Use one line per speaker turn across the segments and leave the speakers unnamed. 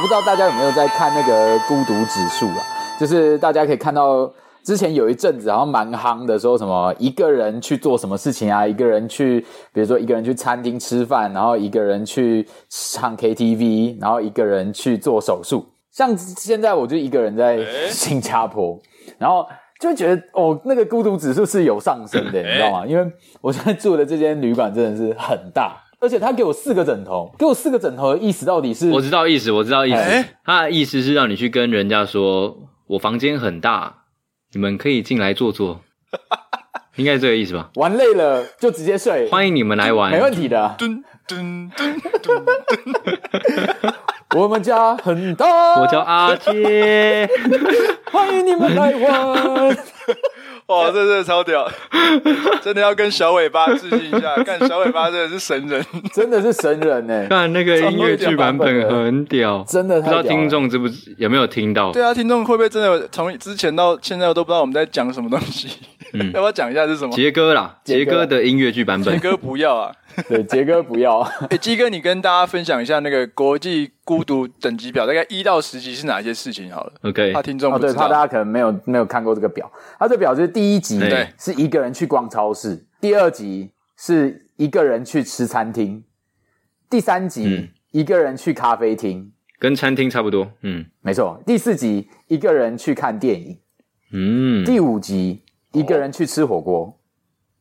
不知道大家有没有在看那个孤独指数啊？就是大家可以看到，之前有一阵子好像蛮夯的，说什么一个人去做什么事情啊，一个人去，比如说一个人去餐厅吃饭，然后一个人去唱 KTV，然后一个人去做手术。像现在我就一个人在
诶
新加坡，然后就会觉得哦，那个孤独指数是有上升的，你知道吗？因为我现在住的这间旅馆真的是很大，而且他给我四个枕头，给我四个枕头的意思到底是
我知道意思，我知道意思
哎。
他的意思是让你去跟人家说，我房间很大，你们可以进来坐坐， 应该是这个意思吧？
玩累了就直接睡，
欢迎你们来玩，
没问题的。
蹲蹲蹲蹲，
我们家很大，
我叫阿杰，
欢迎你们来玩。
哇，哦这真的超 屌，真的要跟小尾巴致敬一 下，看小尾巴真的是神人，
真的是神人欸呢、
看那个音乐剧版本很屌，
真的
不
太屌
知
了
道听众知不知有没有听到？
对啊，听众会不会真的有从之前到现在都不知道我们在讲什么东西？
嗯
要不要讲一下是什么？
杰哥啦，
杰
杰
哥
哥的音乐剧版
杰
本，
哥不要 啊！
对，杰哥不要，
哎、鸡哥，你跟大家分享一下那个国际孤独等级表，大概一到十级是哪些事情好了？
OK，
怕听众
哦，
不
对，
知
怕
道。
大家可能没有没有看过这个表。它这表就是第一集
对
是一个人去逛超市，第二集是一个人去吃餐厅，第三集、
嗯
一个人去咖啡厅，
跟餐厅差不多，嗯
没错，第四集一个人去看电影，
嗯，
第五集一个人去吃火锅，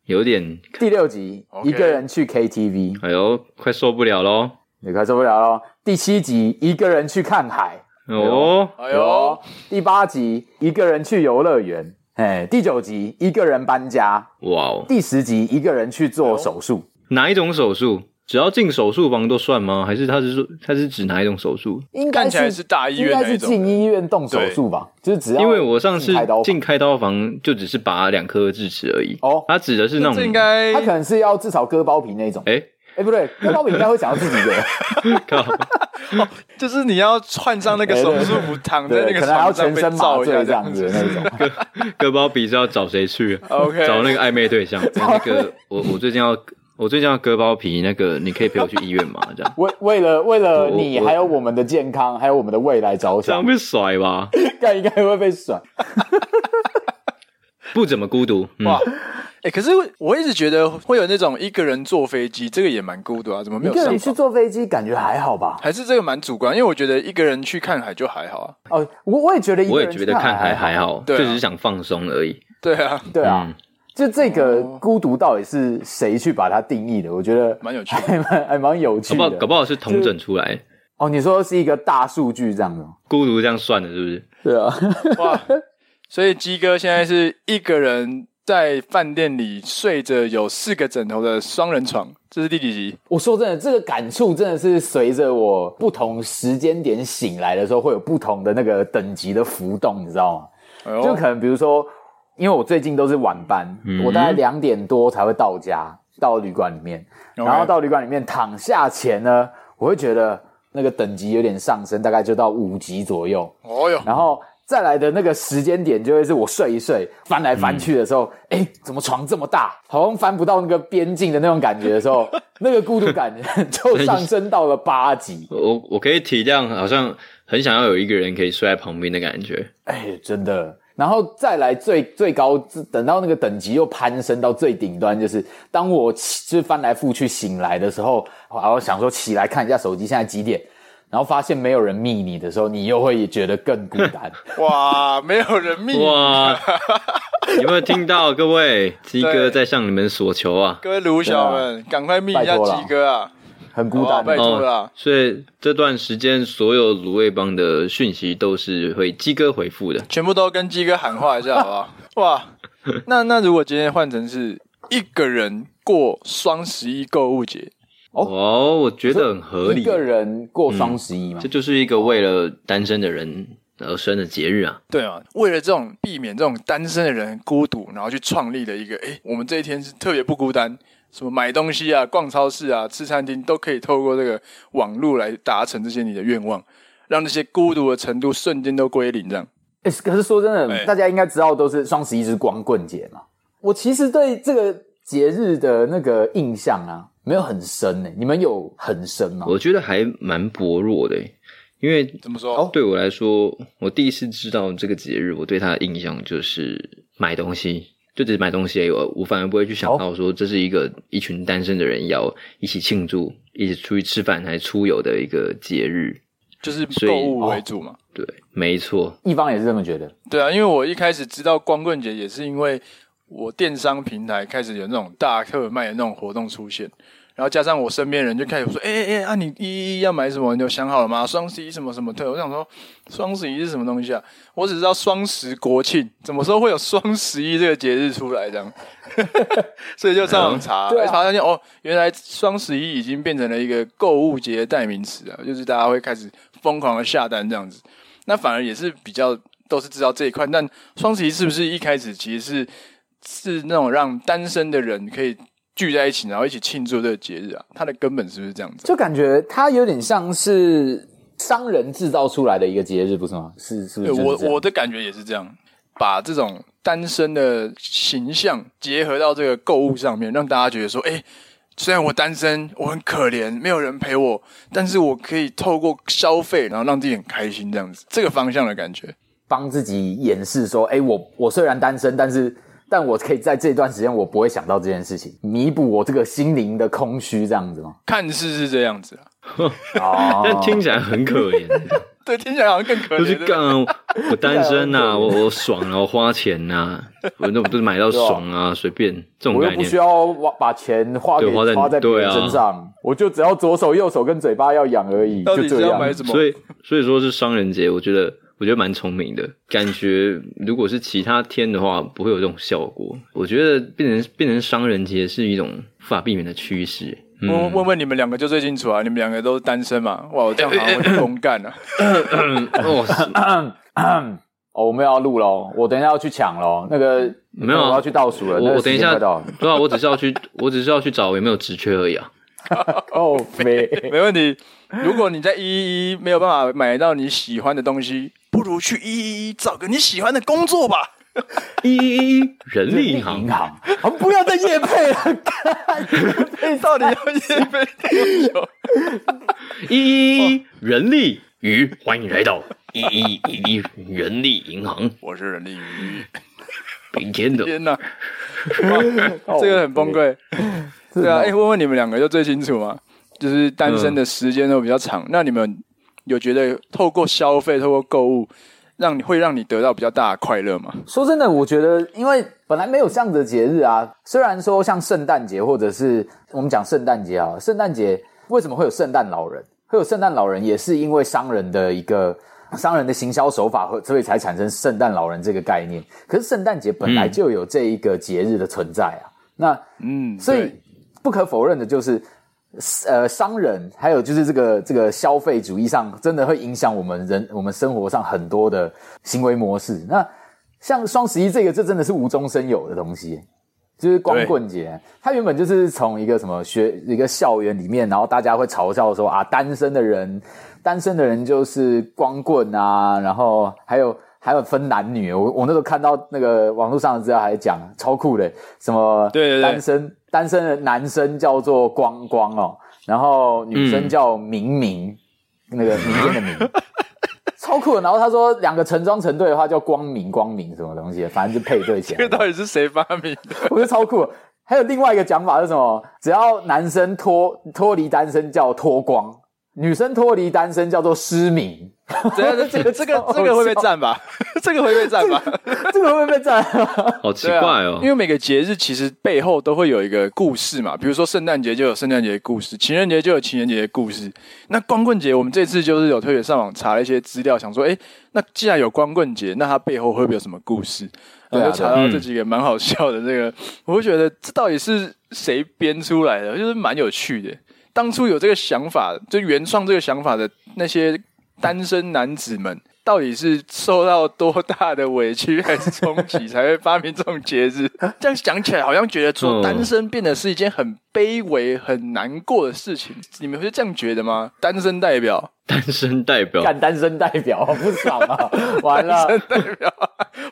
有点，
第六集
OK
一个人去 KTV，
哎呦，快受不了喽！
你快受不了咯。第七集一个人去看海，
哦，
哎
有
呦，
第八集一个人去游乐园，哎，第九集一个人搬家，
哇哦，
第十集一个人去做手术，
哪一种手术？只要进手术房都算吗？还是他是说他是指哪一种手术？
应
看
该
起来
是
是大医
应
院
该
那
是
一种。
进医院动手术吧，就是只要
因为我上次
开刀房
进开刀房就只是拔两颗智齿而已。
哦
他指的是那种
这应该
他可能是要至少割包皮那种，哎、
哎，
不对，割包皮应该会想要自己割，
靠，
就是你要换上那个手术服，躺在 那
对，
个
可能还要
床上
全
被
身麻
照一下
醉这
这
样
样
子的
子。
那种。
割包皮是要找谁去啊
OK
找那个暧昧对象。哎那个我我最近要我最近要割包皮，那个你可以陪我去医院吗？这样
为为了为了
我
你，
我
还有我们的健康，还有我们的未来着
这样
想，
被甩吧？
干应该会被甩。
不怎么孤独，嗯
哇，哎、可是我一直觉得会有那种一个人坐飞机，这个也蛮孤独啊，怎么没
一
有
个
上
人去
榜？
坐飞机，感觉还好吧？
还是这个蛮主观，因为我觉得一个人去看海就还好啊。
哦，我我也觉得一
我
个
也
人
觉
去
得看海
海
还
好。
好，
对
就
啊
只是想放松而已。
对啊，
对啊
嗯，
就这个孤独到底是谁去把它定义的？我觉得
蛮 有趣的
还蛮还蛮有
搞
趣
不好
的
搞。不好是同整出来，
哦，你说是一个大数据这样的吗？
孤独这样算的，是不是？
对啊，
哇！所以鸡哥现在是一个人在饭店里睡着有四个枕头的双人床，这是第几集？
我说真的，这个感触真的是随着我不同时间点醒来的时候，会有不同的那个等级的浮动，你知道吗？
哎呦
就可能比如说，因为我最近都是晚班，
哦嗯
我大概两点多才会到家，到旅馆里面，
OK
然后到旅馆里面躺下前呢，我会觉得那个等级有点上升，大概就到五级左右，
哦哟，
然后再来的那个时间点就会是我睡一睡，翻来翻去的时候，哎、怎么床这么大，好像翻不到那个边境的那种感觉的时候，那个孤独感就上升到了八级。
我我可以体谅，好像很想要有一个人可以睡在旁边的感觉。
哎，真的。然后再来最最高，等到那个等级又攀升到最顶端，就是当我起就是翻来覆去醒来的时候，然后想说起来看一下手机现在几点，然后发现没有人密你的时候，你又会觉得更孤单。
哇，没有人
嗯
命！
哇，有没有听到 各位？鸡哥
对
在向你们索求啊！
各位卢小们，赶快命一
拜
下
托啦
鸡哥啊！
很孤单
好，拜托啦，
哦所以这段时间所有卤味帮的讯息都是会鸡哥回复的。
全部都跟鸡哥喊话一下，好 不好？哇，那那如果今天换成是一个人过双十一购物节，
哦
哦，我觉得很合
一
理，
个人啊过双十一嘛
这，就是一个为了单身的人而生的节日啊！
对啊，为了这种避免这种单身的人孤独，然后去创立了一个，诶，我们这一天是特别不孤单，什么买东西啊、逛超市啊、吃餐厅，都可以透过这个网络来达成这些你的愿望，让那些孤独的程度瞬间都归零。这样，
欸可是说真的，
哎
大家应该知道，都是双十一是光棍节嘛。我其实对这个节日的那个印欸象啊，没有很深呢、你们有很深吗？
我觉得还蛮薄弱的欸，因为
怎么说？
哦
对我来说，我第一次知道这个节日，我对它的印象就是买东西，就只是买东西而已。我我反而不会去想到说这是一个一群单身的人要一起庆祝、一起出去吃饭还出游的一个节日。
就是
所以哦
购物为主嘛。
对，没错，
一方也是这么觉得。
对啊，因为我一开始知道光棍节也是因为我电商平台开始有那种大特卖的那种活动出现，然后加上我身边人就开始说，哎哎哎，啊你一一要买什么？你有想好了吗？双十一什么什么特？我想说双十一是什么东西啊？我只知道双十国庆，怎么说会有双十一这个节日出来这样？ 所以就上网查，
对啊
查发现哦，原来双十一已经变成了一个购物节的代名词啊，就是大家会开始疯狂的下单这样子。那反而也是比较都是知道这一块，但双十一是不是一开始其实是是那种让单身的人可以聚在一起，然后一起庆祝这个节日啊？它的根本是不是这样子？
就感觉它有点像是商人制造出来的一个节日，不是吗？是是不
对
是就是这样？
我我的感觉也是这样，把这种单身的形象结合到这个购物上面，让大家觉得说，哎、虽然我单身，我很可怜，没有人陪我，但是我可以透过消费，然后让自己很开心，这样子，这个方向的感觉。
帮自己掩饰说，哎、我我虽然单身，但是但我可以在这段时间我不会想到这件事情，弥补我这个心灵的空虚，这样子 吗？
看似是这样子啊，
哦，
但听起来很可怜，
对，听起来好像更可
就
怜。
是
对不对
干我单身呐、我我爽啊，我花钱呐、我那种就是买到爽啊，随便这种
我又
概
不
念
需。要花把钱花给
对花在
花在别
对
人
啊
身上，我就只要左手右手跟嘴巴要养而已，
到
就
底
这
是要
样。
买什么？
所以所以说是双人节，我觉得我觉得蛮聪明的。感觉如果是其他天的话，不会有这种效果。我觉得变成变成双人节是一种无法避免的趋势。
嗯
问问问你们两个就最清楚啊，你们两个都是单身嘛？哇，我这样
哎
好像会公干啊！
哦，是
哦，我们要录喽，我等一下要去抢喽。那个
没有啊
我要去倒数了，那
我
个
我等一
时间
下，
快到了
对啊，我只是要去，我只是要去找有没有职缺而已啊。
哦，没，
没问题。如果你在一一没有办法买到你喜欢的东西，不如去一一找个你喜欢的工作 吧。
一一一人力银行
银，行，我们不要再夜配了，
到底要 先被多久？
一一一人力鱼，欢迎来到一一一一人力银行。
我是人力鱼，
明天的
天哪， 这个很崩溃。 对啊，哎、问问你们两个就最清楚嘛，就是单身的时间都比较长，那你们有觉得透过消费、透过购物，让你会让你得到比较大的快乐吗？
说真的，我觉得因为本来没有这样的节日啊，虽然说像圣诞节或者是我们讲圣诞节啊，圣诞节为什么会有圣诞老人？会有圣诞老人也是因为商人的一个商人的行销手法，和所以才产生圣诞老人这个概念。可是圣诞节本来就有这一个节日的存在啊，那
嗯，
所以
对
不可否认的就是，呃，商人还有就是这个这个消费主义上，真的会影响我们人我们生活上很多的行为模式。那像双十一这个，这真的是无中生有的东西，就是光棍节，它原本就是从一个什么学一个校园里面，然后大家会嘲笑说啊，单身的人，单身的人就是光棍啊，然后还有。还有分男女，我我那时候看到那个网络上的资料还讲超酷的，什么
对对对
单身单身的男生叫做光光哦，然后女生叫明明，那个民间的 明，超酷的。然后他说两个成双成对的话叫光明光明什么东西，反正就配对 起
这
来
到
的，
底是谁发明的？
我觉得超酷的。还有另外一个讲法是什么？只要男生脱脱离单身叫脱光，女生脱离单身叫做失明。
等一下， 这个这
超
个
好
这个会被占吧？ 这个会被占吧？
这个会不会被 赞？
好奇
对啊
怪哦
因，为每个节日其实背后都会有一个故事嘛，比如说圣诞节就有圣诞节的故事，情人节就有情人节的故事。那光棍节，我们这次就是有特别上网查了一些资料，想说，哎，那既然有光棍节，那它背后会不会有什么故事？
对
然
啊
后就查到这几个蛮好笑的，这个、我就觉得这到底是谁编出来的，就是蛮有趣的。当初有这个想法，就原创这个想法的那些单身男子们，到底是受到多大的委屈还是冲击，才会发明这种节 日？这样想起来，好像觉得
嗯
说单身变得是一件很卑微、很难过的事情。你们会这样觉得吗？单身代表，
单身代表
干单身代表不爽啊！完了
代表，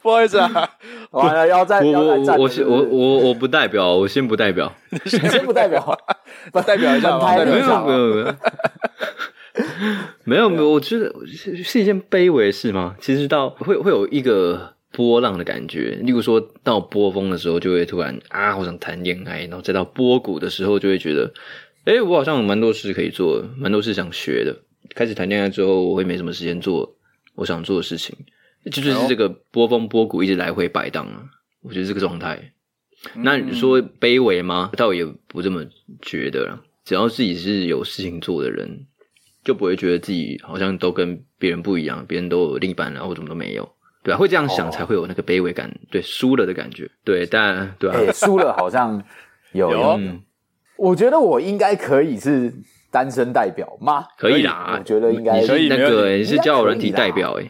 不好意思啊，
完了，要再
我
要
我
再
我
赞
我
了是
先
不
我
是
我我不代表，我先不代表，
你先不代表，
代表一下吧
本台
代
没
表
立
一下
有
场
没有没有，没有没有，我觉得是是一件卑微的事吗？其实到会会有一个波浪的感觉，例如说到波峰的时候，就会突然啊，好想谈恋爱，然后再到波谷的时候，就会觉得，哎，我好像蛮多事可以做，蛮多事想学的。开始谈恋爱之后，我会没什么时间做我想做的事情，这
哦
就是这个波峰波谷一直来回摆荡啊。我觉得这个状态，
嗯
那你说卑微吗？倒也不这么觉得啦。只要自己是有事情做的人，就不会觉得自己好像都跟别人不一样，别人都有另一半，然后我怎么都没有，对吧、啊会这样想
哦
才会有那个卑微感，对，输了的感觉，对，但对吧、啊
哎，输了好像有。
有
嗯，
我觉得我应该可以是单身代表吗？
可以啦，
我觉得应该
你
可以
是那
没
个、
问
欸、你是交友软体代表哎、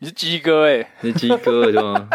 你是鸡哥哎、
你是鸡哥对 吧？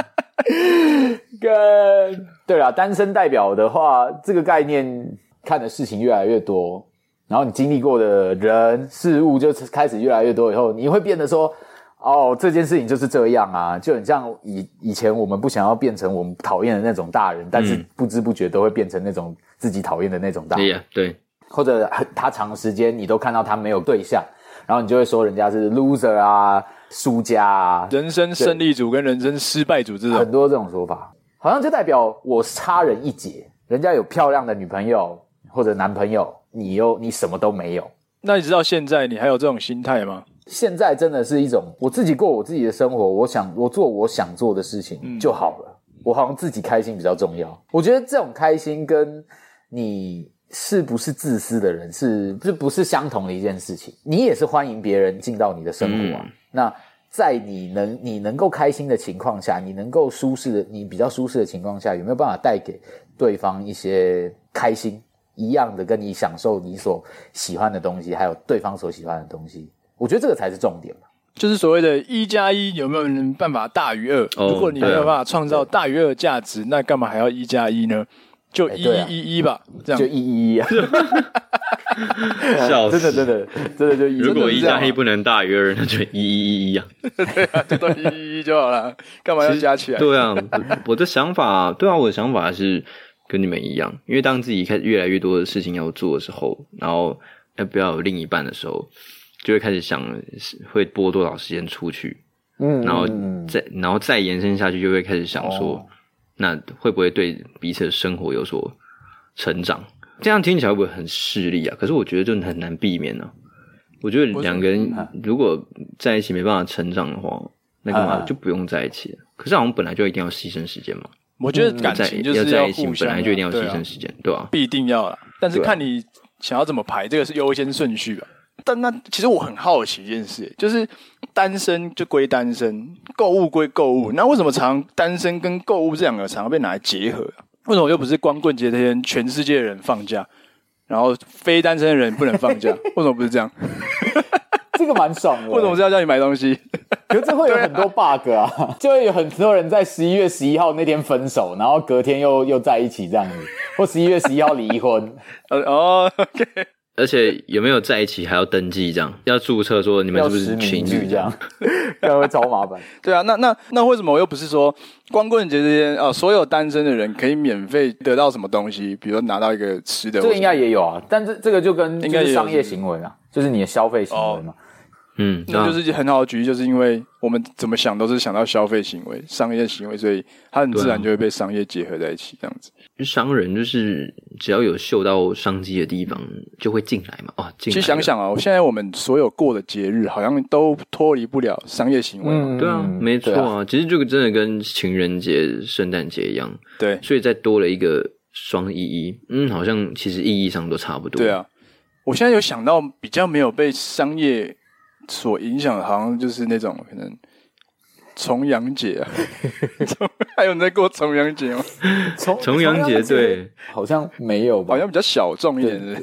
跟对啦，单身代表的话，这个概念看的事情越来越多，然后你经历过的人事物就开始越来越多，以后你会变得说，哦，这件事情就是这样啊，就很像以以前我们不想要变成我们讨厌的那种大人，但是
嗯
不知不觉都会变成那种自己讨厌的那种大
哎
人，
呀，对，
或者很他长时间你都看到他没有对象，然后你就会说人家是 loser 啊、输家啊，
人生胜利组跟人生失败组这种
很多这种说法，好像就代表我差人一截，人家有漂亮的女朋友或者男朋友，你又你什么都没有。
那一直到现在，你还有这种心态吗？
现在真的是一种我自己过我自己的生活，我想我做我想做的事情就好了。我好像自己开心比较重要。我觉得这种开心跟你是不是自私的人是是不是相同的一件事情？你也是欢迎别人进到你的生活
嗯
啊。那在你能你能够开心的情况下，你能够舒适的你比较舒适的情况下，有没有办法带给对方一些开心？一样的跟你享受你所喜欢的东西，还有对方所喜欢的东西，我觉得这个才是重点嘛。
就是所谓的“一加一”有没有人办法大于二？
哦
如果你没
对
有
啊
办法创造大于二的价值，那干嘛还要一加一呢？就
哎
一
对啊
一一一吧，这
就
样。
一一一 啊，
笑
真的
死。
真的真的就一一。
如果
真的是
一
这样
加一不能大于二，那就一一一一啊。
对啊， 就都一一一就好了，干嘛要加起来？
对啊，我我的想法，对啊，我的想法是跟你们一样，因为当自己开始越来越多的事情要做的时候，然后要不要有另一半的时候，就会开始想是会拨多少时间出去，
嗯，
然后
嗯嗯
再然后再延伸下去，就会开始想说，
哦
那会不会对彼此的生活有所成长？这样听起来会不会很势利啊？可是我觉得就很难避免呢、啊我觉得两个人
嗯
如果在一起没办法成长的话，那干嘛
嗯
啊
就不用在一起了？可是好像本来就一定要牺牲时间嘛，
我觉得感
嗯在
情就是
要在一起
互相
本
啊，
来就一定要
对
牺
啊
牲时间，对吧、
必定要啦。但是
对啊
看你想要怎么排，这个是优先顺序吧。但那其实我很好奇一件事，就是单身就归单身，购物归购物，那为什么常单身跟购物这两个常常被拿来结合啊、为什么又不是光棍节那天全世界的人放假，然后非单身的人不能放 假？为什么不是这样？
这个蛮爽的。
啊
为什么是要叫你买东西？
可是这会有很多 bug 啊，就会有很多人在十一月十一号那天分手，然后隔天又又在一起这样子，或十一月十一号离婚。
呃哦，OK，
而且有没有在一起还要登记，这样要注册 说你们
要
是不
实
是
名
情
制
侣
这样， 这样会超麻烦。
对啊，那那那为什么我又不是说光棍节这天哦，所有单身的人可以免费得到什么东西？比如拿到一个吃的或
这
什么，
个应该也有啊，但这这个就跟就
应该也有
是商业行为啊，就是你的消费行为嘛。
嗯，
那
啊
就是很好的举例，就是因为我们怎么想都是想到消费行为、商业行为，所以它很自然
啊
就会被商业结合在一起，这样子。
商人就是只要有嗅到商机的地方就会进来嘛。哦，进
其
来
实想
了，
想啊，现在我们所有过的节日，好像都脱离不了商业行为嘛。
嗯，
对啊，没
对
错
啊
啊。其实这个真的跟情人节、圣诞节一样，
对
所以再多了一个双意义。嗯，好像其实意义上都差不多。
对，啊，我现在有想到比较没有被商业所影响的，好像就是那种可能重阳节啊， 重还有人在过重阳节吗？
重
重阳节对，
好像没有吧？
好像比较小众一点的。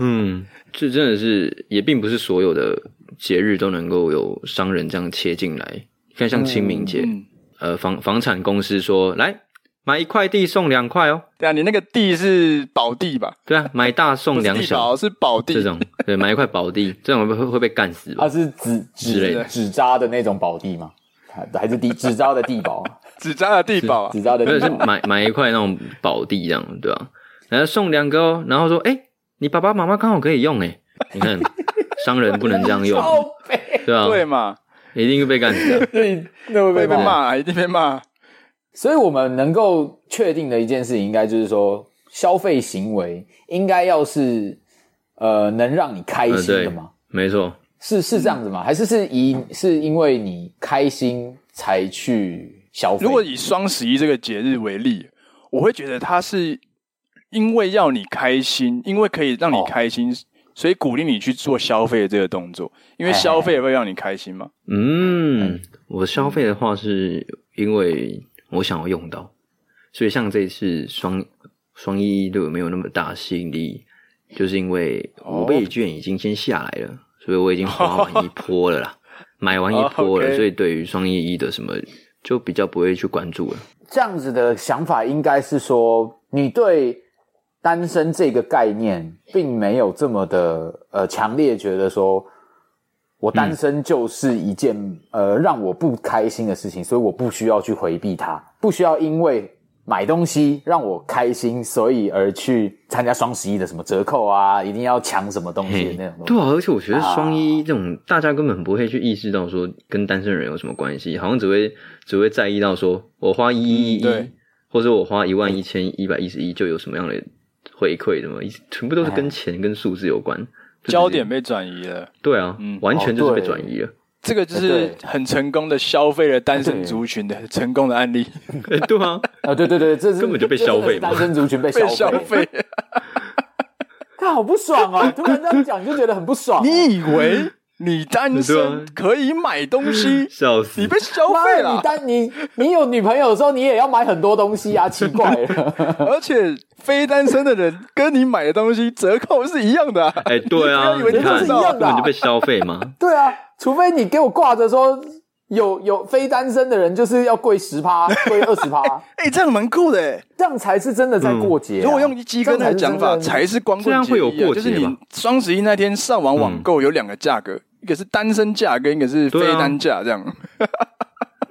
嗯，这真的是也并不是所有的节日都能够有商人这样切进来。你看，像清明节，
嗯，
呃，房房产公司说来买一块地送两块哦，
对啊，你那个地是宝地吧？
对啊，买大送两
不是地
小
堡，是宝地
这。种，对，买一块宝地，这种会会会被干死吧？
它是纸
之类
纸
的
纸扎的那种宝地吗？还还是地纸扎的地堡？
纸扎的地堡啊，
纸扎的
或者
地
是
堡？
买买一块那种宝地这样，啊对吧、然后送两个哦，然后说，哎、你爸爸妈妈刚好可以用哎、你看商人不能这 样用，对啊，
对嘛，
一定会被干死的。
对，那会
会被
被骂。
骂，一定被骂。
所以我们能够确定的一件事情，应该就是说，消费行为应该要是呃能让你开
嗯，
心
对
的嘛，，
没错，
是是这样子吗？还是是以是因为你开心才去消费？
如果以双十一这个节日为例，我会觉得它是因为要你开心，因为可以让你
哦
开心，所以鼓励你去做消费的这个动作，因为
哎哎哎
消费也会让你开心嘛。
嗯，我消费的话是因为我想要用到，所以像这一次双双一对我没有那么大吸引力，就是因为五倍券已经先下来了，所以我已经花完一波了啦，买完一波了，
哦，OK
所以对于双一一的什么就比较不会去关注了。
这样子的想法，应该是说你对单身这个概念，并没有这么的呃强烈，觉得说我单身就是一件、呃让我不开心的事情，所以我不需要去回避它，不需要因为买东西让我开心，所以而去参加双十一的什么折扣啊，一定要抢什么东西的
嘿
那种东西。
对啊，而且我觉得双一这种、大家根本不会去意识到说跟单身人有什么关系，好像只会只会在意到说我花一一
嗯
一
对，
或者我花一万一千一百一十一就有什么样的回馈的嘛，一全部都是跟钱跟数字有关，就直接
焦点被转移了，
对啊，
嗯
完全就是
哦
被
对
转移了，
这个就
哎
是
对
很成功的消费了单身
对
族群的成功的案例，
哎、对啊，
啊，对对对，这是
根本就被消费嘛
这真的是单身族群被
被
消
消
费，
费。
看好不爽哦！突然这样讲就觉得很不爽。
你以为你 单
对啊？
身可以买东西
笑死，
你被消
妈
费
的，你
了，
单你你有女朋友的时候，你也要买很多东 西啊，奇怪了。
而且非单身的人跟你买的东西折扣是一样的、啊。
哎、对啊，
你不要以为
你看
这是一样
根
的啊
本就被消费嘛，
对啊，除非你给我挂着说有有非单身的人就是要贵十 趴，贵二十趴，
哎、这样蛮酷的、欸。
这样才是真的在过节啊、
如果用鸡哥那个讲法，
这样才
才是光棍
这
节、啊。
样会有过节吧嗯
就是你双十一那天上网网购有两个价格，一个是单身价，跟一个是非单价，这样。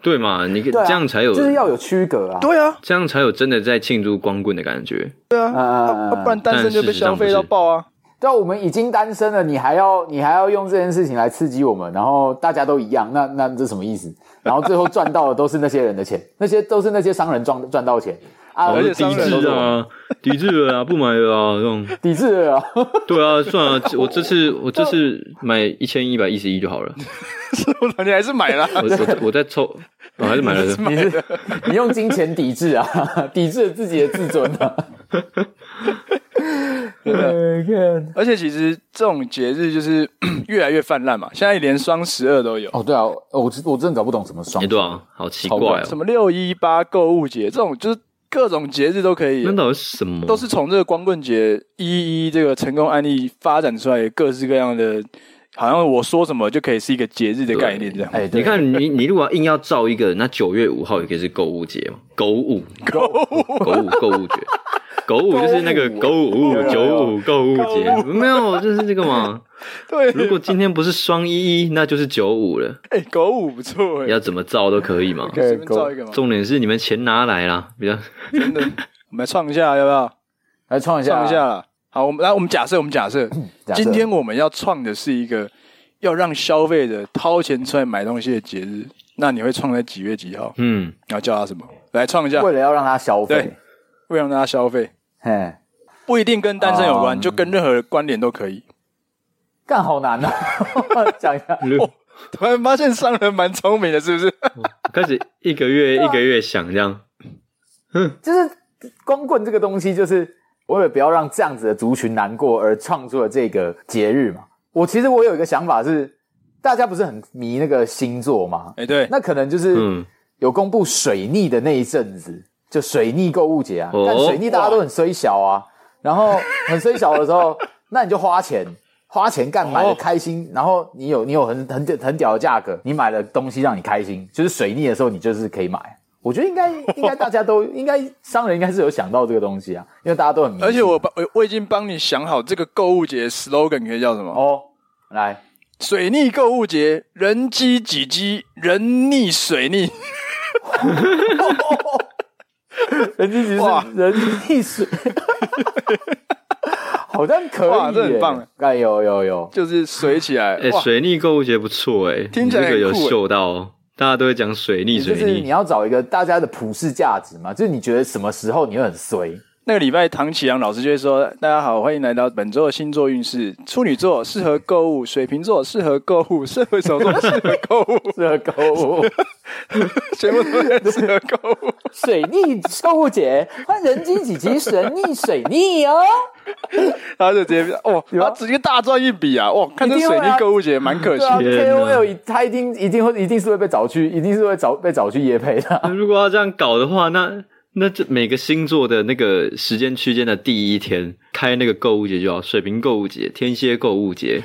对嘛，你、
对啊
这样才有
就是要有区隔啊。
对啊，
这样才有真的在庆祝光棍的感觉，
嗯嗯嗯
啊
嗯
不然单身就被消费到爆啊。
对啊，我们已经单身了，你还要你还要用这件事情来刺激我们，然后大家都一样，那那这什么意思？然后最后赚到的都是那些人的钱，那些都是那些商人赚赚到钱
哦
啊，
而且
我
商
抵
们
人
都
制
是我们
啊，抵制了啊，不买了啊，这种。
抵制了啊。
对啊，算了，我这次我这次买一千一百一十一就好了。
你还是买了，
我我我再凑，我还是买了的。
你是你用金钱抵制啊，抵制了自己的自尊啊。看
而且其实这种节日就是 越来越泛滥嘛，现在连双十二都有，
哦，对啊，我我真的搞不懂什么双
哎，对啊，好奇怪
什
哦，
么六一八购物节这种，就是各种节日都可以。
那到底是什么？
都是从这个光棍节一一这个成功案例发展出来的各式各样的，好像我说什么就可以是一个节日的概念这样。
哎，对
你看你你如果要硬要造一个，那九月五号也可以是购物节嘛，购物购物购物购物节，购物就是那个
购
购物
有有
九五购物节，没有就是这个嘛。如
对，
果今天不是双一一，那就是九五了，
哎、狗舞不错哎、
要怎么造都可以嘛。
OK
随便造一个嘛，
重点是你们钱拿来啦，比较
真的，我们来创一下要不要？
来创一下，啊
创一下啦。好，我们来，我们假设，我们假设，
假设
今天我们要创的是一个要让消费者掏钱出来买东西的节日，那你会创在几月几号？
嗯。
你要叫他什么？来创一下，
为了要让他消费
对，为了让大家消费，
嘿，
不一定跟单身有关，
嗯
就跟任何关联都可以。
干好难啊！讲一下，
突然发现商人蛮聪明的，是不是？
开始一个 月
啊
一个月想这样，
就是光棍这个东西，就是我也不要让这样子的族群难过而创作了这个节日嘛。我其实我有一个想法是，大家不是很迷那个星座吗？
哎、对，
那可能就是
嗯，
有公布水逆的那一阵子，就水逆购物节啊，
哦
但水逆大家都很虽小啊，然后很虽小的时候，那你就花钱。花钱干买的开心，然后你有你有很很很屌的价格，你买的东西让你开心，就是水逆的时候你就是可以买。我觉得应该应该大家都应该商人应该是有想到这个东西啊，因为大家都很迷信
而且我把我我已经帮你想好这个购物节 slogan 可以叫什么？
哦，来
水逆购物节，人机己机，人逆水逆，
人机只是
哇
人逆水，好好像可以耶，
哇这很棒欸
哎，有有有，
就是水起来，
哎、
哇，
水逆购物节不错哎、
听起来
你这个有
很酷哎哎
秀到哦，大家都会讲水逆
就
水
是你
逆。
要找一个大家的普世价值嘛，就是你觉得什么时候你会很衰？
那个礼拜，唐启阳老师就会说：“大家好，欢迎来到本周的星座运势。处女座适合购物，水瓶座适合购物，射手座适合购物，
适合购物，
全部都在适合购物。
水逆购物节，换人机几级神逆水逆哦，”
他就直接哦，
有啊
他直接大赚一笔啊！哇，看这
一定会
水
啊
逆购物节蛮可惜
对啊
的，
天哪
，KOL 他一定一定会一定是会被找去，一定是会找被找去夜配
啊
的。
如果要这样搞的话，那那这每个星座的那个时间区间的第一天开那个购物节就好，水瓶购物节、天蝎购物 节。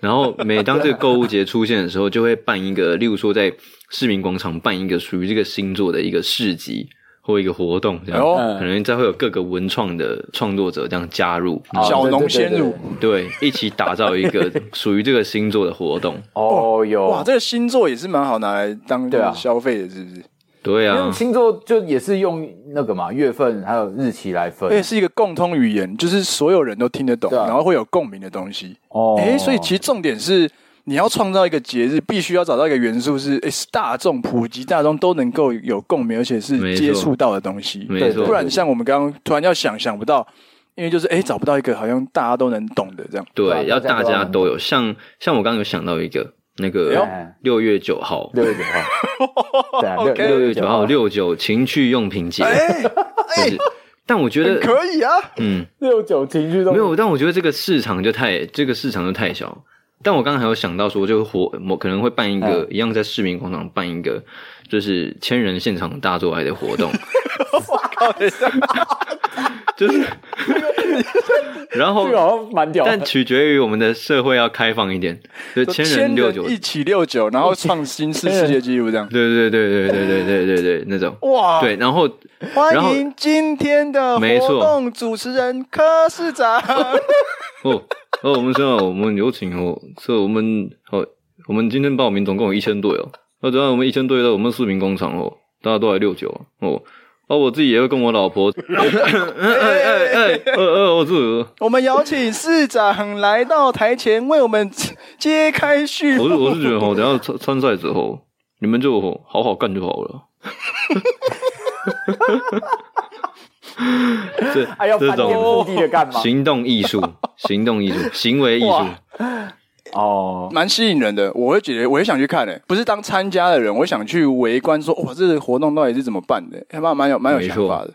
然后每当这个购物节出现的时候，就会办一个，例如说在市民广场办一个属于这个星座的一个市集或一个活动，这样、
哎呦
可能再会有各个文创的创作者这样加入，
哦
小农
对
鲜
对对
乳
对。
对，一起打造一 个属于这个星座的活动。
哦哟，
哇，这个星座也是蛮好拿来当
对啊
消费的，是不是？
对
因为
啊，
星座就也是用那个嘛月份还有日期来分
而且是一个共通语言，就是所有人都听得懂，
对啊
然后会有共鸣的东西。
哦
哎、所以其实重点是，你要创造一个节日，必须要找到一个元素是，哎、是大众普及，大众都能够有共鸣，而且
没
是
错
接触到的东西。
没错
不然像我们刚刚突然要想想不到，因为就是哎、诶找不到一个好像大家都能懂的这样。
对啊
对，要
大家
大
都要
家都有。像像我刚刚有想到一个，那
哎
个六月九号，
六月九 号，对啊，六
OK
六月九号，六九情趣用品节，
哎
就是但我觉得，
可以啊，
嗯，
六九情绪都
没有，但我觉得这个市场就太，这个市场就太小。但我刚刚还有想到说，就活我可能会办一
嗯
个，一样在市民广场办一个，就是千人现场大作爱的 活动。 就是，然后
这个好像蛮屌的，
但取决于我们的社会要开放一点，就千人六九，
一起六九，然后创新是世界纪录这样。
对对对对对对对对对那种，
哇，
对，，然后然后
欢迎今天的
没
活
错
动主持人柯 市长。
哦哦，我们现在我们有请哦，这我们哦，我们今天报名总共有一千队哦，那等下我们一千队到我们市民广场哦，大家都来六九哦。哦，我自己也会跟我老婆，哎哎哎哎，呃呃，我是
我们有请市长来到台前为我们揭开序
我是我是觉得哦，等下参参赛之后，你们就哦好好干就好了。这
哎要
这
翻天覆
种
地的干嘛？
行动艺术、行动艺术、行为艺术，
哇
哦，
蛮吸引人的，我会觉得我也想去看诶、欸不是当参加的人，我想去围观说，哇，这个活动到底是怎么办的、还蛮蛮有蛮有
没
想
错
法的。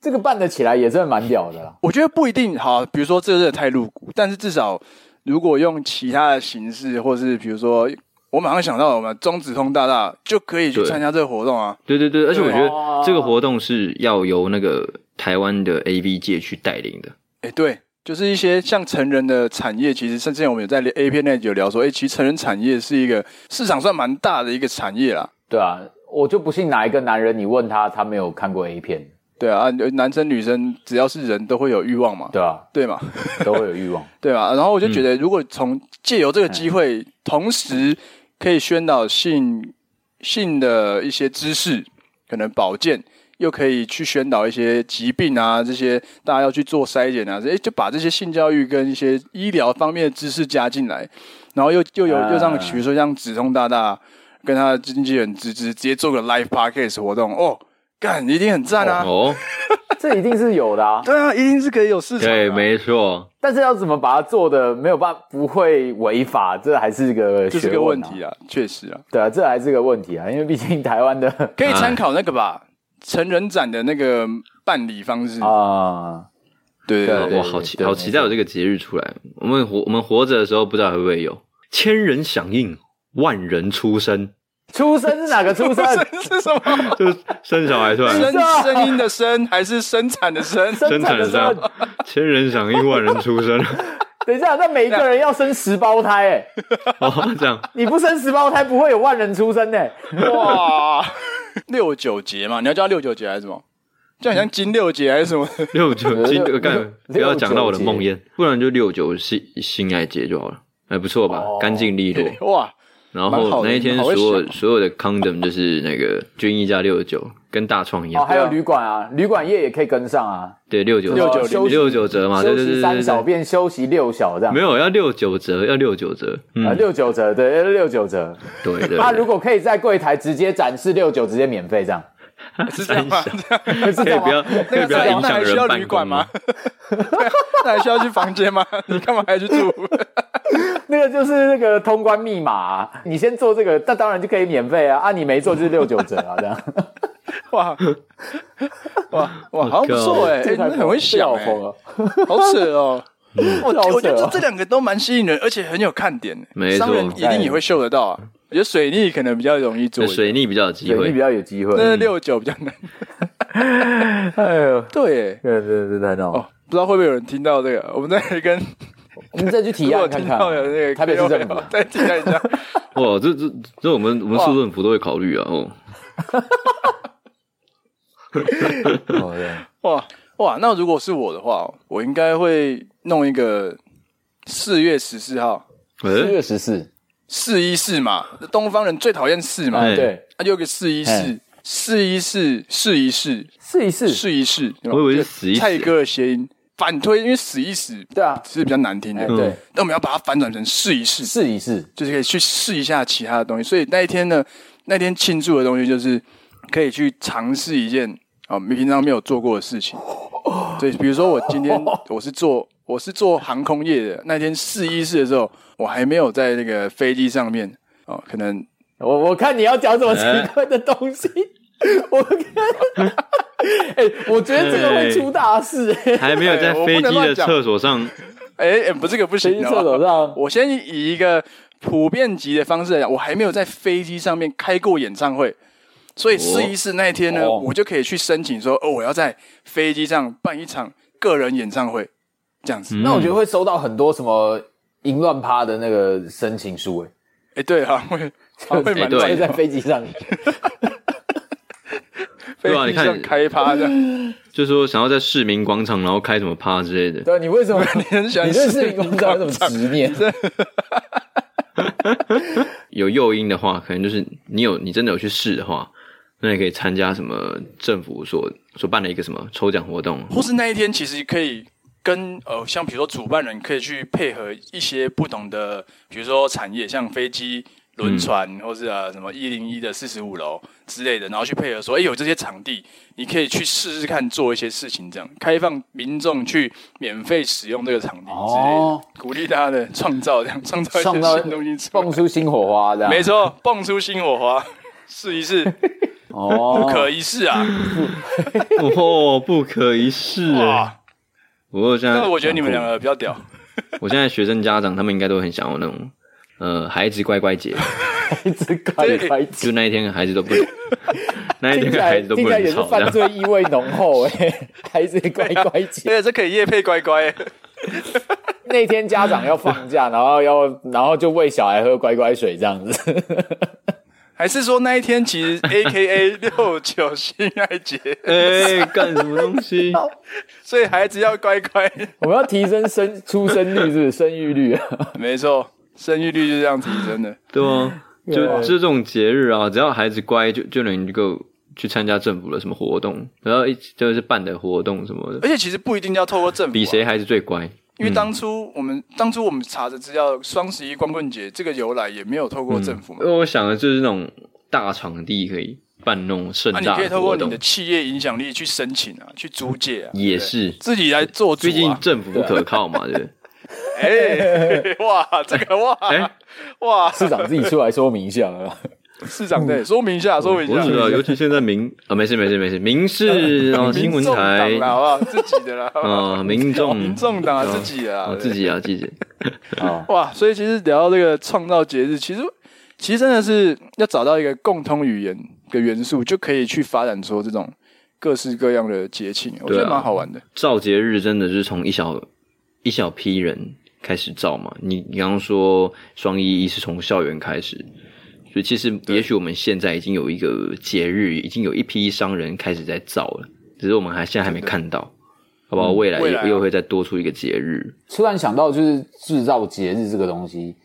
这个办得起来也真的蛮屌的啦。
我觉得不一定好，比如说这个真的太露骨，但是至少如果用其他的形式，或是比如说我马上想到我们中子通大大就可以去
对
参加这个活动啊，
对对对，而且我觉得
哦
这个活动是要由那个台湾的 A V 界去带领的。
哎、对，就是一些像成人的产业，其实甚至我们有在 A 片那集有聊说，哎、其实成人产业是一个市场算蛮大的一个产业啦。
对啊，我就不信哪一个男人你问他，他没有看过 A 片，
对啊，啊男生女生只要是人都会有欲望嘛，
对啊，
对嘛，
都会有欲望。
对嘛。然后我就觉得，如果从借由这个机会，同时可以宣导性性的一些知识，可能保健。又可以去宣导一些疾病啊，这些大家要去做筛检啊，哎、就把这些性教育跟一些医疗方面的知识加进来，然后又又有
啊
又让，比如说像子通大大跟他的经纪人芝芝直接做个 live podcast 活动，哦，干一定很赞啊！
哦，
这一定是有的啊，
对啊，一定是可以有市场、啊。
对，没错，
但是要怎么把它做的没有办法不会违法，这还是个
这是
学
个
问
问
啊
题啊，确实啊，
对啊，这还是个问题啊，因为毕竟台湾的
可以参考那个吧，成人展的那个办理方式。
啊，
对
对
对对，
我好期
对
好
没
期待有这个节日出来。我们活我们活着的时候，不知道还会不会有千人响应，万人出生，
出生是哪个 出生？
这是什么？
就是生小孩出 来
声声音的声还是生产的生？
生
生
产的
产的
时
时
候
候，千人响应，万人出生。
等一下，那每一个人要生十胞胎、欸，
哦，这样
你不生十胞胎不会有万人出生欸呢、
哇，六九节嘛，你要叫六九节还是什么？就好像金六节还是什么？
六九金
六
干，不要讲到我的梦魇，不然就六九性性爱节就好了。还不错吧
哦，
干净利落。
哇，
然
蛮好
后
的
那一天
好
所
会
有
想
所有的 condom 就是那个均一加六九，跟大创一
哦，
样，
还有旅馆啊，旅馆业也可以跟上啊，
对六九
六九
休息
六九折嘛，对
休
对对
息
对
三
对
小
对，
便休息六小这样
没。有要六九折，要六九折，嗯，
啊，六九折，对，六九折。
对对对
啊
他如果可以在柜台直接展示六九，直接免费这样，
是这样吗？
三
这
是
样
可
这
以
样
不要
吗？
可以不要
那
影
那
响
还需要
人
旅
办
馆
公
吗？？ 那还需要去房间吗？你干嘛还去住？
那个就是那个通关密码啊、你先做这个，那当然就可以免费啊。啊，你没做就是六九折啊，这样。
哇哇哇，好像不错哎，哎
这
那
太
很会
笑
想哎，
疯了。
好扯哦。
嗯
好
我
扯哦
我觉得这这两个都蛮吸引人，而且很有看点欸。
没错
商人一定也会秀得到啊。我觉得水逆可能比较容易做
对，，水逆比较有 机
对你比
会，
较有机会。
但是六九比较难。
哎呦，
对欸，
对对对，太闹
哦，不知道会不会有人听到这个？我们再跟
我们再去提
如果
案看
听
看
到有那个
啊。台北市政府
KOL 再提案一下。
哇，这这这我们我们
哇
市政府都会考虑啊，哦，
哦对
哇哇，那如果是我的话，我应该会弄一个四月十四号
四
哎，
月十四，
四一四嘛，东方人最讨厌四嘛，
哎
对，
啊，就有个四一四
哎
四一四四一四
试一试。
四一四，对吧
我以为
就是
死一死
蔡哥的谐音反推，因为死一死
对啊，
是比较难听
哎
的，
对，
但我们要把它反转成试一试，
试一试。
就是可以去试一下其他的东西。所以那一天呢，那天庆祝的东西就是可以去尝试一件啊、你平常没有做过的事情。对，比如说我今天 我是做我是做航空业的，那天试一试的时候，我还没有在那个飞机上面哦，可能
我我看你要讲什么奇怪的东西，我看，哎、我觉得这个会出大事、哎
还没有在
哎 我不
飞
能
机
乱
的
讲
厕所上，
哎哎，不，这个不
飞
行
机
的。
厕所上，
我先以一个普遍级的方式来讲，我还没有在飞机上面开过演唱会，所以试一试那一天呢，
哦
我就可以去申请说，哦，我要在飞机上办一场个人演唱会，这样
嗯
子。哎、
那我觉得会收到很多什么淫乱趴的那个申请书、哎。
对啊，会好像会蛮
对
乱
就
的，
在飞机上，
飞
对啊你
机上
看
开 趴的，
就说想要在市民广场，然后开什么趴之类的，
对，你为什么？你
很喜欢
对事情工作有什么执念？
有诱因的话，可能就是你有你真的有去试的话，那你可以参加什么政府所所办的一个什么抽奖活动，
或是那一天其实可以跟呃，像比如说主办人可以去配合一些不同的，比如说产业，像飞机、轮船，
嗯
或是啊什么一零一的四十五楼之类的，然后去配合说，哎、有这些场地，你可以去试试看做一些事情，这样开放民众去免费使用这个场地之类的，
哦
鼓励大家的创造，这样创造一
创
些
造
新东西出来
蹦。出新火花，这样
没错，蹦出新火花，试一试，
哦
不。可一世啊！
哦，不可一世哎！
哇，
我现在，
但我觉得你们两个比较屌。
嗯
我现在学生家长他们应该都很想要那种，呃，孩子乖乖 节，
一直开
这
开，
就那一天孩子都不， 那一
听
天
起
孩
来
子都
听起
不
来
能
也是
吵，这
犯
样
罪意味浓厚哎，还是乖乖姐。
对，这可以夜配乖乖。
那天家长要放假，然后要然后就喂小孩喝乖乖水这样子，
还是说那一天其 实 A K A 六九性爱节，
哎，干什么东西？
所以孩子要乖 乖。
我们要提升生出生率是不是生育率啊，
没错，生育率就这样提升的。
对啊，就就这种节日啊，只要孩子乖，就就能够去参加政府的什么活动，然后一起就是办的活动什么的，
而且其实不一定要透过政府、啊
比谁？孩子最乖。
因为当初我们、当初我们查的资料，双十一光棍节这个由来也没有透过政府嘛。
因为嗯我想的就是那种大场地可以办那种盛
那、
大
啊你可以
的
透过
活
你
动
的，企业影响力去申请啊，去租借啊，
也
对
是，
自己来做主
毕竟
啊。
政府不可靠 嘛，对不对？
哎、 哇，这个哇、
哎
哇，
市长自己出来说明一下啊。
市长对，说明一下，说明
嗯
一
我
下
只知，道，尤其现在民啊，没事没事没事，民事哦，新闻
民众党
台
啦，好不好？自己的啦，好不好
啊，民众
民众党啊
对啊
自己啊，
哦
对
自己啊自己，
啊，
哇，所以其实聊到这个创造节日，其实其实真的是要找到一个共通语言的元素，就可以去发展说这种各式各样的节庆，我觉
对
得
啊
蛮好玩的。
造节日真的是从一小一小批人开始造嘛。你你刚刚说双一一是从校园开始，所以其实也许我们现在已经有一个节日，已经有一批商人开始在造了，只是我们还现在还没看到，好不好？嗯未来
未来啊
又又会再多出一个节日，
突然想到就是制造节日这个东西，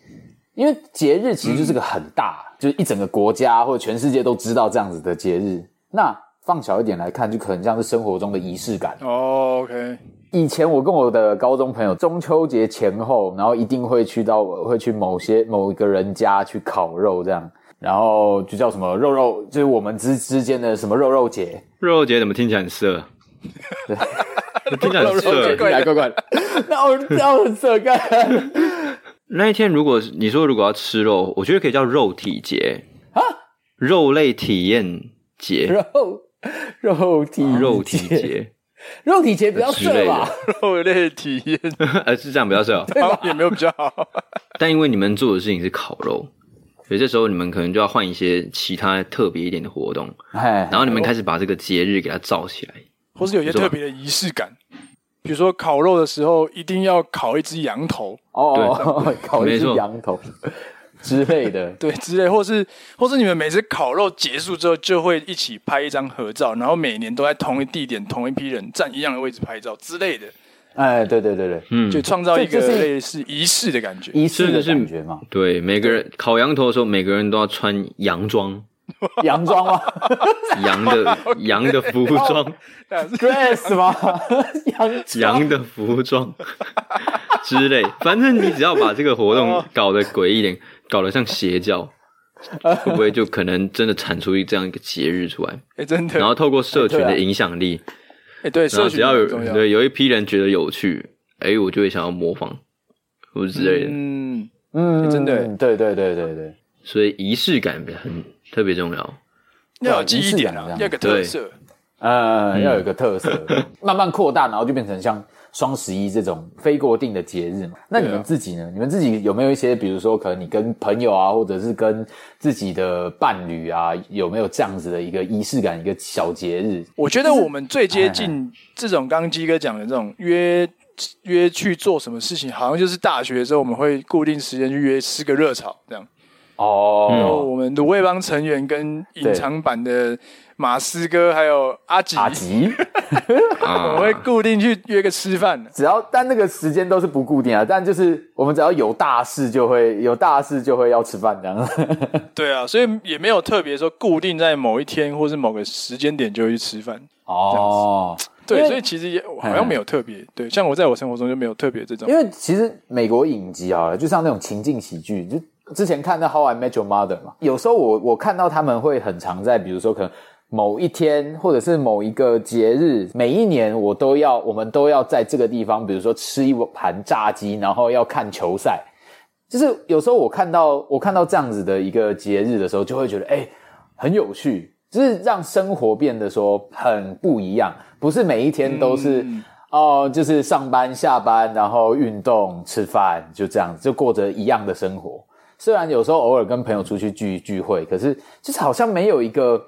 因为节日其实就是个很大，就是一整个国家或者全世界都知道这样子的节日。那放小一点来看，就可能像是生活中的仪式感。
哦，OK，
以前我跟我的高中朋友，中秋节前后，然后一定会去到会去某些某个人家去烤肉这样，然后就叫什么肉肉，就是我们之之间的什么肉肉节，
肉肉节怎么听起来很色？ 听起来
肉
很
肉节
色。
怪怪
怪怪的，那我那我这个
那一天如果是你说如果要吃肉，我觉得可以叫肉体节肉类体验节，
肉肉体
肉体 节，
肉体节比较色吧？
肉类体验
呃，是这样比较 色哦。
好像也没有比较好。
但因为你们做的事情是烤肉，所以这时候你们可能就要换一些其他特别一点的活动，
哎，
然后你们开始把这个节日给它造起来。
或是有一些
是吧
特别的仪式感，比如说烤肉的时候一定要烤一只羊头，
哦，烤一
没
只
错
羊头之类的，
对之类，或是或是你们每次烤肉结束之后就会一起拍一张合照，然后每年都在同一地点、同一批人站一样的位置拍照之类的，
哎，对对对对，
嗯，
就创造一个
这这是嗯
类似仪式的感觉。
仪式
这
的
个是
感觉嘛，
对，每个人烤羊头的时候，每个人都要穿洋装，
洋装吗
羊的羊的服
哦
装，
？dress 吗？ 洋装
羊的服装 之类。反正你只要把这个活动搞得诡异一点，搞得像邪教，会不会就可能真的产出一这样一个节日出来？
哎，真
然
的，
后透过社群
哎对啊
的影响力，
哎，对，
然
社
后
群
只要有
很重要，
对有一批人觉得有趣，哎，我就会想要模仿或者之类的。
嗯，
嗯，
真的欸
对对对对对，
所以仪式感很特别重要。
要有记忆点
仪式感这
啊，
样
要有个特色。
呃，要有一个特色， 慢慢扩大，然后就变成像双十一这种非国定的节日嘛。那你
对啊
们自己呢？你们自己有没有一些，比如说可能你跟朋友啊，或者是跟自己的伴侣啊，有没有这样子的一个仪式感，一个小节日？
我觉得我们最
哎
接近这种刚刚鸡哥讲的这种约约去做什么事情，好像就是大学的时候我们会固定时间去约吃个热炒这样。然后
哦，
我们卤味帮成员跟隐藏版的马斯哥还有阿吉，
阿 吉，
啊
我们会固定去约个吃饭。
只要但那个时间都是不固定啊，但就是我们只要有大事就会有大事就会要吃 饭这样。
对啊，所以也没有特别说固定在某一天或是某个时间点就会去吃饭。
哦，因
对，
为哎
所以其实也好像没有特别。对，像我在我生活中就没有特别这种
因。为其实美国影集啊，就像那种情境喜剧，就之前看到《How I Met Your Mother》嘛，有时候我我看到他们会很常在，比如说可能某一天或者是某一个节日，每一年我都要，我们都要在这个地方，比如说吃一盘炸鸡，然后要看球赛。就是有时候我看到我看到这样子的一个节日的时候，就会觉得哎、很有趣，就是让生活变得说很不一样，不是每一天都是、哦，就是上班下班，然后运动吃饭，就这样子就过着一样的生活。虽然有时候偶尔跟朋友出去聚聚会，可是就是好像没有一个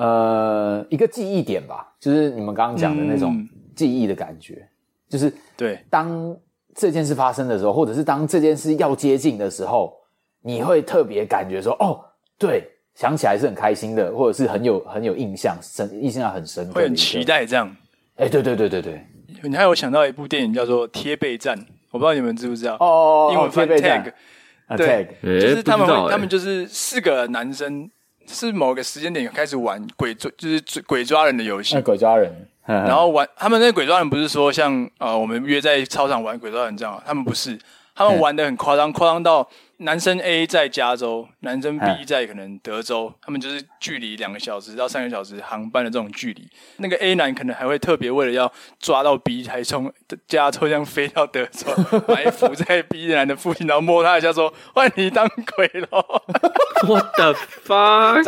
呃一个记忆点吧，就是你们刚刚讲的那种
嗯
记忆的感觉，就是
对，
当这件事发生的时候，或者是当这件事要接近的时候，你会特别感觉说，哦，对，想起来是很开心的，或者是很有很有印象，深印象很深刻，
会很期。待这样。
哎，对对对对对，
你还有想到一部电影叫做《贴背战》，我不知道你们知不知道？
哦，
英文翻
贴背战
tag，
啊
对
tag，
诶
就是他们
不知道
会，
诶
他们就是四个男生，是某个时间点开始玩鬼抓，就是鬼抓人的游戏
那。鬼抓人，然
然后玩他们那个鬼抓人不是说像呃我们约在操场玩鬼抓人这样啊，他们不是，他们玩的很夸张，夸张到男生 A 在加州，男生 B
嗯
在可能德州，他们就是距离两个小时到三个小时航班的这种距离，那个 A 男可能还会特别为了要抓到 B，还从加州这样飞到德州，埋伏在 B 男的附近，然后摸他一下说换你当鬼咯，
What the fuck？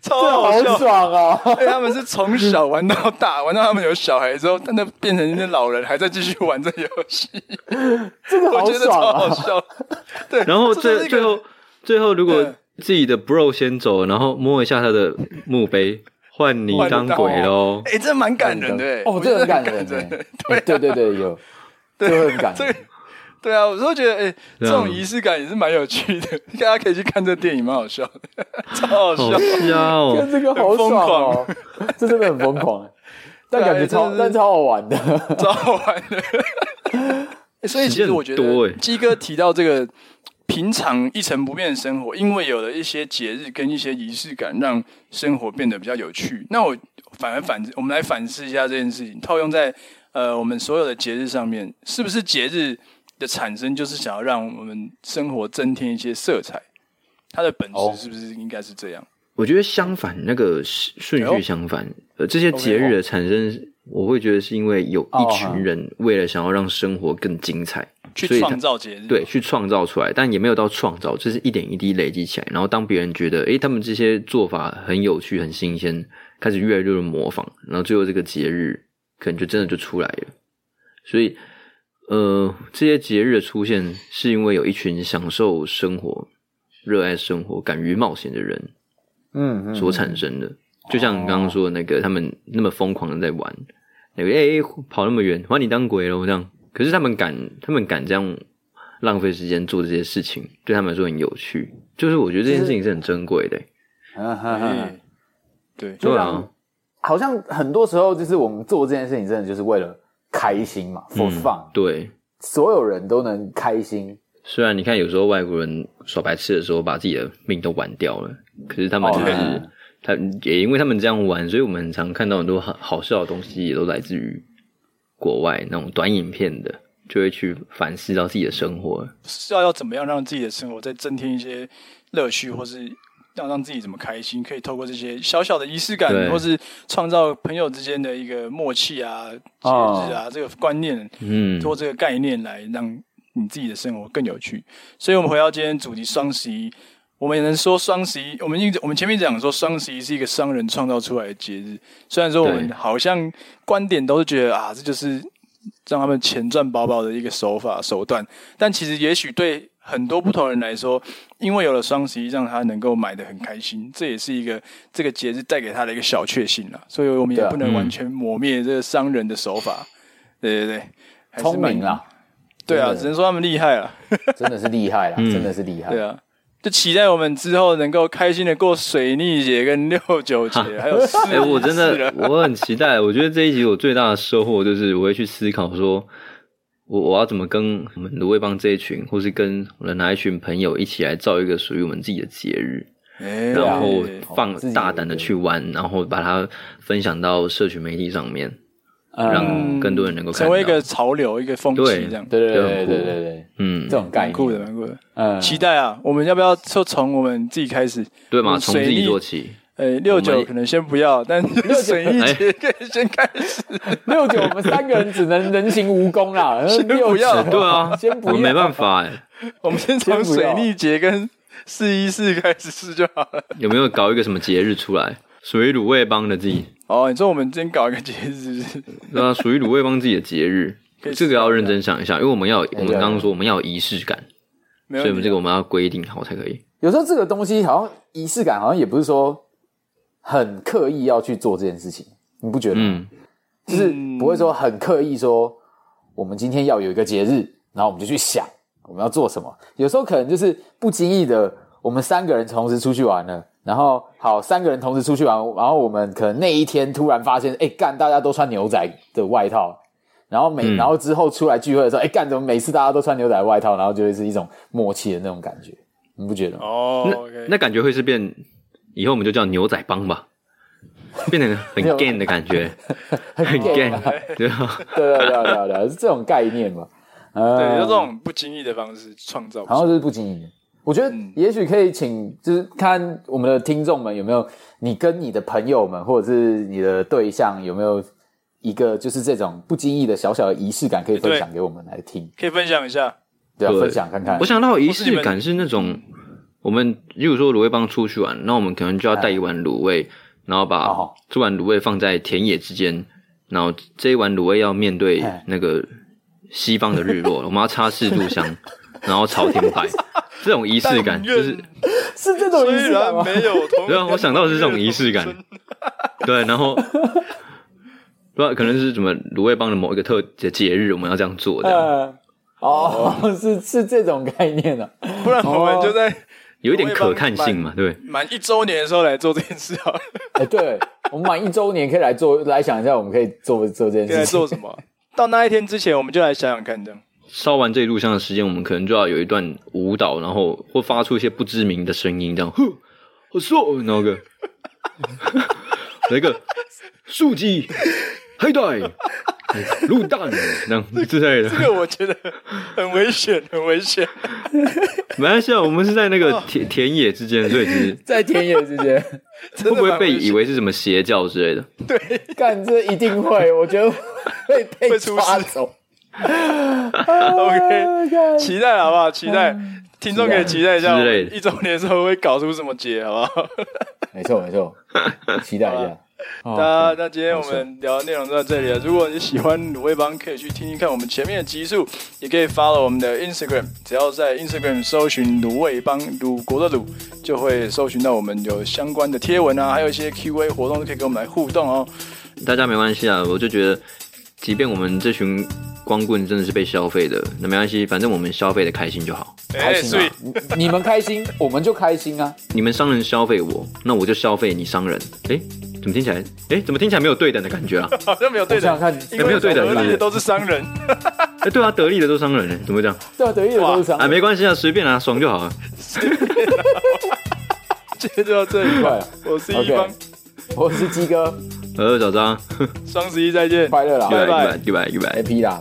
超
这
好
好
笑。
爽 哦！
对，他们是从小玩到大，玩到他们有小孩之后，但那变成一些老人，还在继续玩这游 戏，
这个
我
好
觉得
爽
超好
啊！
笑。对，
然后
这
最
就是一个嗯
最后最后，如果
对
自己的 bro 先走，然后摸一下他的墓碑，换你当鬼喽。
哎、这蛮感人的、欸，
哦，
我觉
这
得
个很感
很
人
感
欸，
人。
哎对对对， 有，这会很感
这
人
个。 对啊，我都觉得，哎、这
对啊
种仪式感也是蛮有趣的， 大家可以去看这电影，蛮好笑的， 超好笑
好。笑
看
啊
哦！
这个好爽哦， 这真的很疯狂，但感觉超
对
但超好玩的。
超好玩的。欸所以其实我觉
时间很多
得
欸
鸡哥提到这个平常一成不变的生活，因为有了一些节日跟一些仪式感，让生活变得比较有趣。那我反而反，我们来反思一下这件事情，套用在呃我们所有的节日上面，是不是节日的产生就是想要让我们生活增添一些色彩？它的本
哦
质是不是应该是这样？
我觉得相反，那个是顺
哎呦
序相反，呃，这些节日的产生，我会觉得是因为有
哦
一群人为了想要让生活更精彩，
去
所以它
创造节日，
对，去创造出来，但也没有到创造，这是一点一滴累积起来。然后当别人觉得，诶，他们这些做法很有趣、很新鲜，开始越来越多人模仿，然后最后这个节日可能就真的就出来了。所以，呃，这些节日的出现，是因为有一群享受生活、热爱生活、敢于冒险的人
嗯嗯，
所产生的。就像你刚刚说的那个，他们那么疯狂的在玩，那个哎、欸跑那么远，把你当鬼喽这样。可是他们敢，他们敢这样浪费时间做这些事情，对他们来说很有趣。就是我觉得这件事情是很珍贵的、
嗯哼哼哼
哎，对，
就
对
让
啊，
好像很多时候就是我们做这件事情，真的就是为了开心嘛，for
嗯
fun，、
对。
所有人都能开心。
虽然你看有时候外国人耍白痴的时候把自己的命都玩掉了，可是他们
哦
就是、
嗯
他也因为他们这样玩，所以我们很常看到很多好好笑的东西，也都来自于国外那种短影片的，就会去反思到自己的生活。
是要要怎么样让自己的生活再增添一些乐趣，或是要让自己怎么开心，可以透过这些小小的仪式感
对，
或是创造朋友之间的一个默契啊、节
哦
日啊、这个观念，
嗯，
通过这个概念来让你自己的生活更有趣。所以，我们回到今天主题双十一，我们也能说双十一，我们一直我们前面讲说双十一是一个商人创造出来的节日，虽然说我们
对
好像观点都是觉得啊，这就是让他们钱赚饱饱的一个手法手段，但其实也许对很多不同人来说，因为有了双十一，让他能够买的很开心，这也是一个这个节日带给他的一个小确幸啦。所以我们也
对啊
不能
嗯
完全抹灭这个商人的手法。对对对，还是蛮
聪明啦，
对啊，
真的
只能说他们厉害了。
真的是厉害啦，
嗯
真的是厉害。
对啊，就期待我们之后能够开心的过水逆节、跟六九节，还有四。
哎、我真的我很期待。我觉得这一集我最大的收获就是我会去思考说，我我要怎么跟我们芦苇帮这一群，或是跟我的哪一群朋友一起来造一个属于我们自己的节日，
哎
对啊
然后
哦
放
自己的
大胆的去玩，然后把它分享到社群媒体上面，
嗯，
让更多人能够看
成
到。
为一个潮流、一个风气
对
这样，
对对
就
对对
很酷
对对对，
嗯
这，种概
蛮
念
酷的，。蛮酷的。
嗯，
期待啊！我们要不要就从我们自己开始？
对嘛，
嗯
从
水
自己
利
做 起。
呃，六
我
九
们
可能先 不要，但是水逆节可以先开始。
哎
六九，我们三个人只能人形蜈蚣 啦。
先不
六九
要
对啊，
先不
我
要，
没办法哎，
我们先
先
从
不要
水逆节跟四一四开始试就好了。
有没有搞一个什么节日出来？属于卤味帮的自 己，
哦，你说我们今天搞一个节日是不是？
对啊，属于卤味帮自己的节日
可以，
这个要认
啊
真想一下，因为我们要
对
我们刚刚说我们要有仪式感，
没
所以我
问
们
题
这
啊。
个我们要规定好才可以。
有时候这个东西好像仪式感，好像也不是说很刻意要去做这件事情，你不觉得吗？
嗯，
就是不会说很刻意说我们今天要有一个节日，然后我们就去想我们要做什么。有时候可能就是不经意的，我们三个人同时出去玩了，然后好三个人同时出去玩，然后我们可能那一天突然发现，哎、干大家都穿牛仔的外套。然后每
嗯
然后之后出来聚会的时候，哎、干怎么每次大家都穿牛仔外套，然后就会是一种默契的那种感觉，你不觉得吗？
哦
那
，OK，
那感觉会是变，以后我们就叫牛仔帮吧，变得很
有
gay 的感觉，很 gay，对啊，
对对对对对，是这种概念嘛？呃
对，就这种不经意的方式创造出
好像就是不经意的。我觉
嗯
得也许可以请，就是看我们的听众们有没有，你跟你的朋友们或者是你的对象有没有一个就是这种不经意的小小的仪式感可以分享给我们来听，
可以分享一下。
对啊，
对
分享看看
我。想到仪
或是你
式
们
感是那种，我们例如说卤味帮出去玩，那我们可能就要带一碗卤味，然后把
哦
这碗卤味放在田野之间，然后这一碗卤味要面对
哎
那个西方的日落，我们要插四炷香，然后朝天拜，这种仪式感就是
是这种
虽
仪式感
然
吗？
没有同，
对啊，我想到的是这种仪式 感， 对，然后不知道可能是什么卤味帮的某一个特节节日，我们要这样做这样，
呃，哦，是是这种概念的、啊，
不然我们就在
有一点可看性嘛，对。
满一周年的时候来做这件事好啊了。
哎，对我们满一周年可以来做，来想一下我们可以做做这
可以来
件事情
做。什么？到那一天之前，我们就来想想看，这样
烧完这一炷香的时间，我们可能就要有一段舞蹈，然后会发出一些不知名的声音，这样， 哼，好瘦，然后个， 来个素鸡、黑带、卤蛋，这样之类的
这。个我觉得很危险，很危险。
没关系啊，我们是在那个田田野之间，所以其实
在田野之间，
会不会
蛮危
被
险
以为是什么邪教之类的？
干这一定会，我觉得会被
会出
抓
事
走。
OK，期待好不好？期待听众可以期待一
之
下，我
类
们
的
一周年的时候会搞出什么节，好不好？
没错没错，期待一下。
那
哦
那今天我们聊的内容就到这里了。如果你喜欢卤味帮，可以去听听看我们前面的集数，也可以 follow 我们的 Instagram，只要在 Instagram 搜寻卤味帮鲁国的卤，就会搜寻到我们有相关的贴文啊，还有一些 Q&A 活动都可以跟我们来互动哦。
大家没关系啊，我就觉得，即便我们这群光棍真的是被消费的，那没关系，反正我们消费的开心就好。
开心
哎所以
啊！你你们开心，我们就开心啊！
你们商人消费我，那我就消费你商人。诶，怎么听起来？诶，怎么听起来没有对等的感觉啊？
好像没有对
我想
的，
看
因为
没有对等
合
是不
力的
是
都是商人。
诶，对啊，得利的都商人，诶怎么会这样？
对啊，德意的都是伤
啊，没关系啊，随便啊，爽就好啊。
今天就到这 里吧，我是一
OK
方，
我是鸡哥，
呃，早知道，
双十一再见，
快乐啦
一百
拜
一百
拜
一百一百
，happy 啦，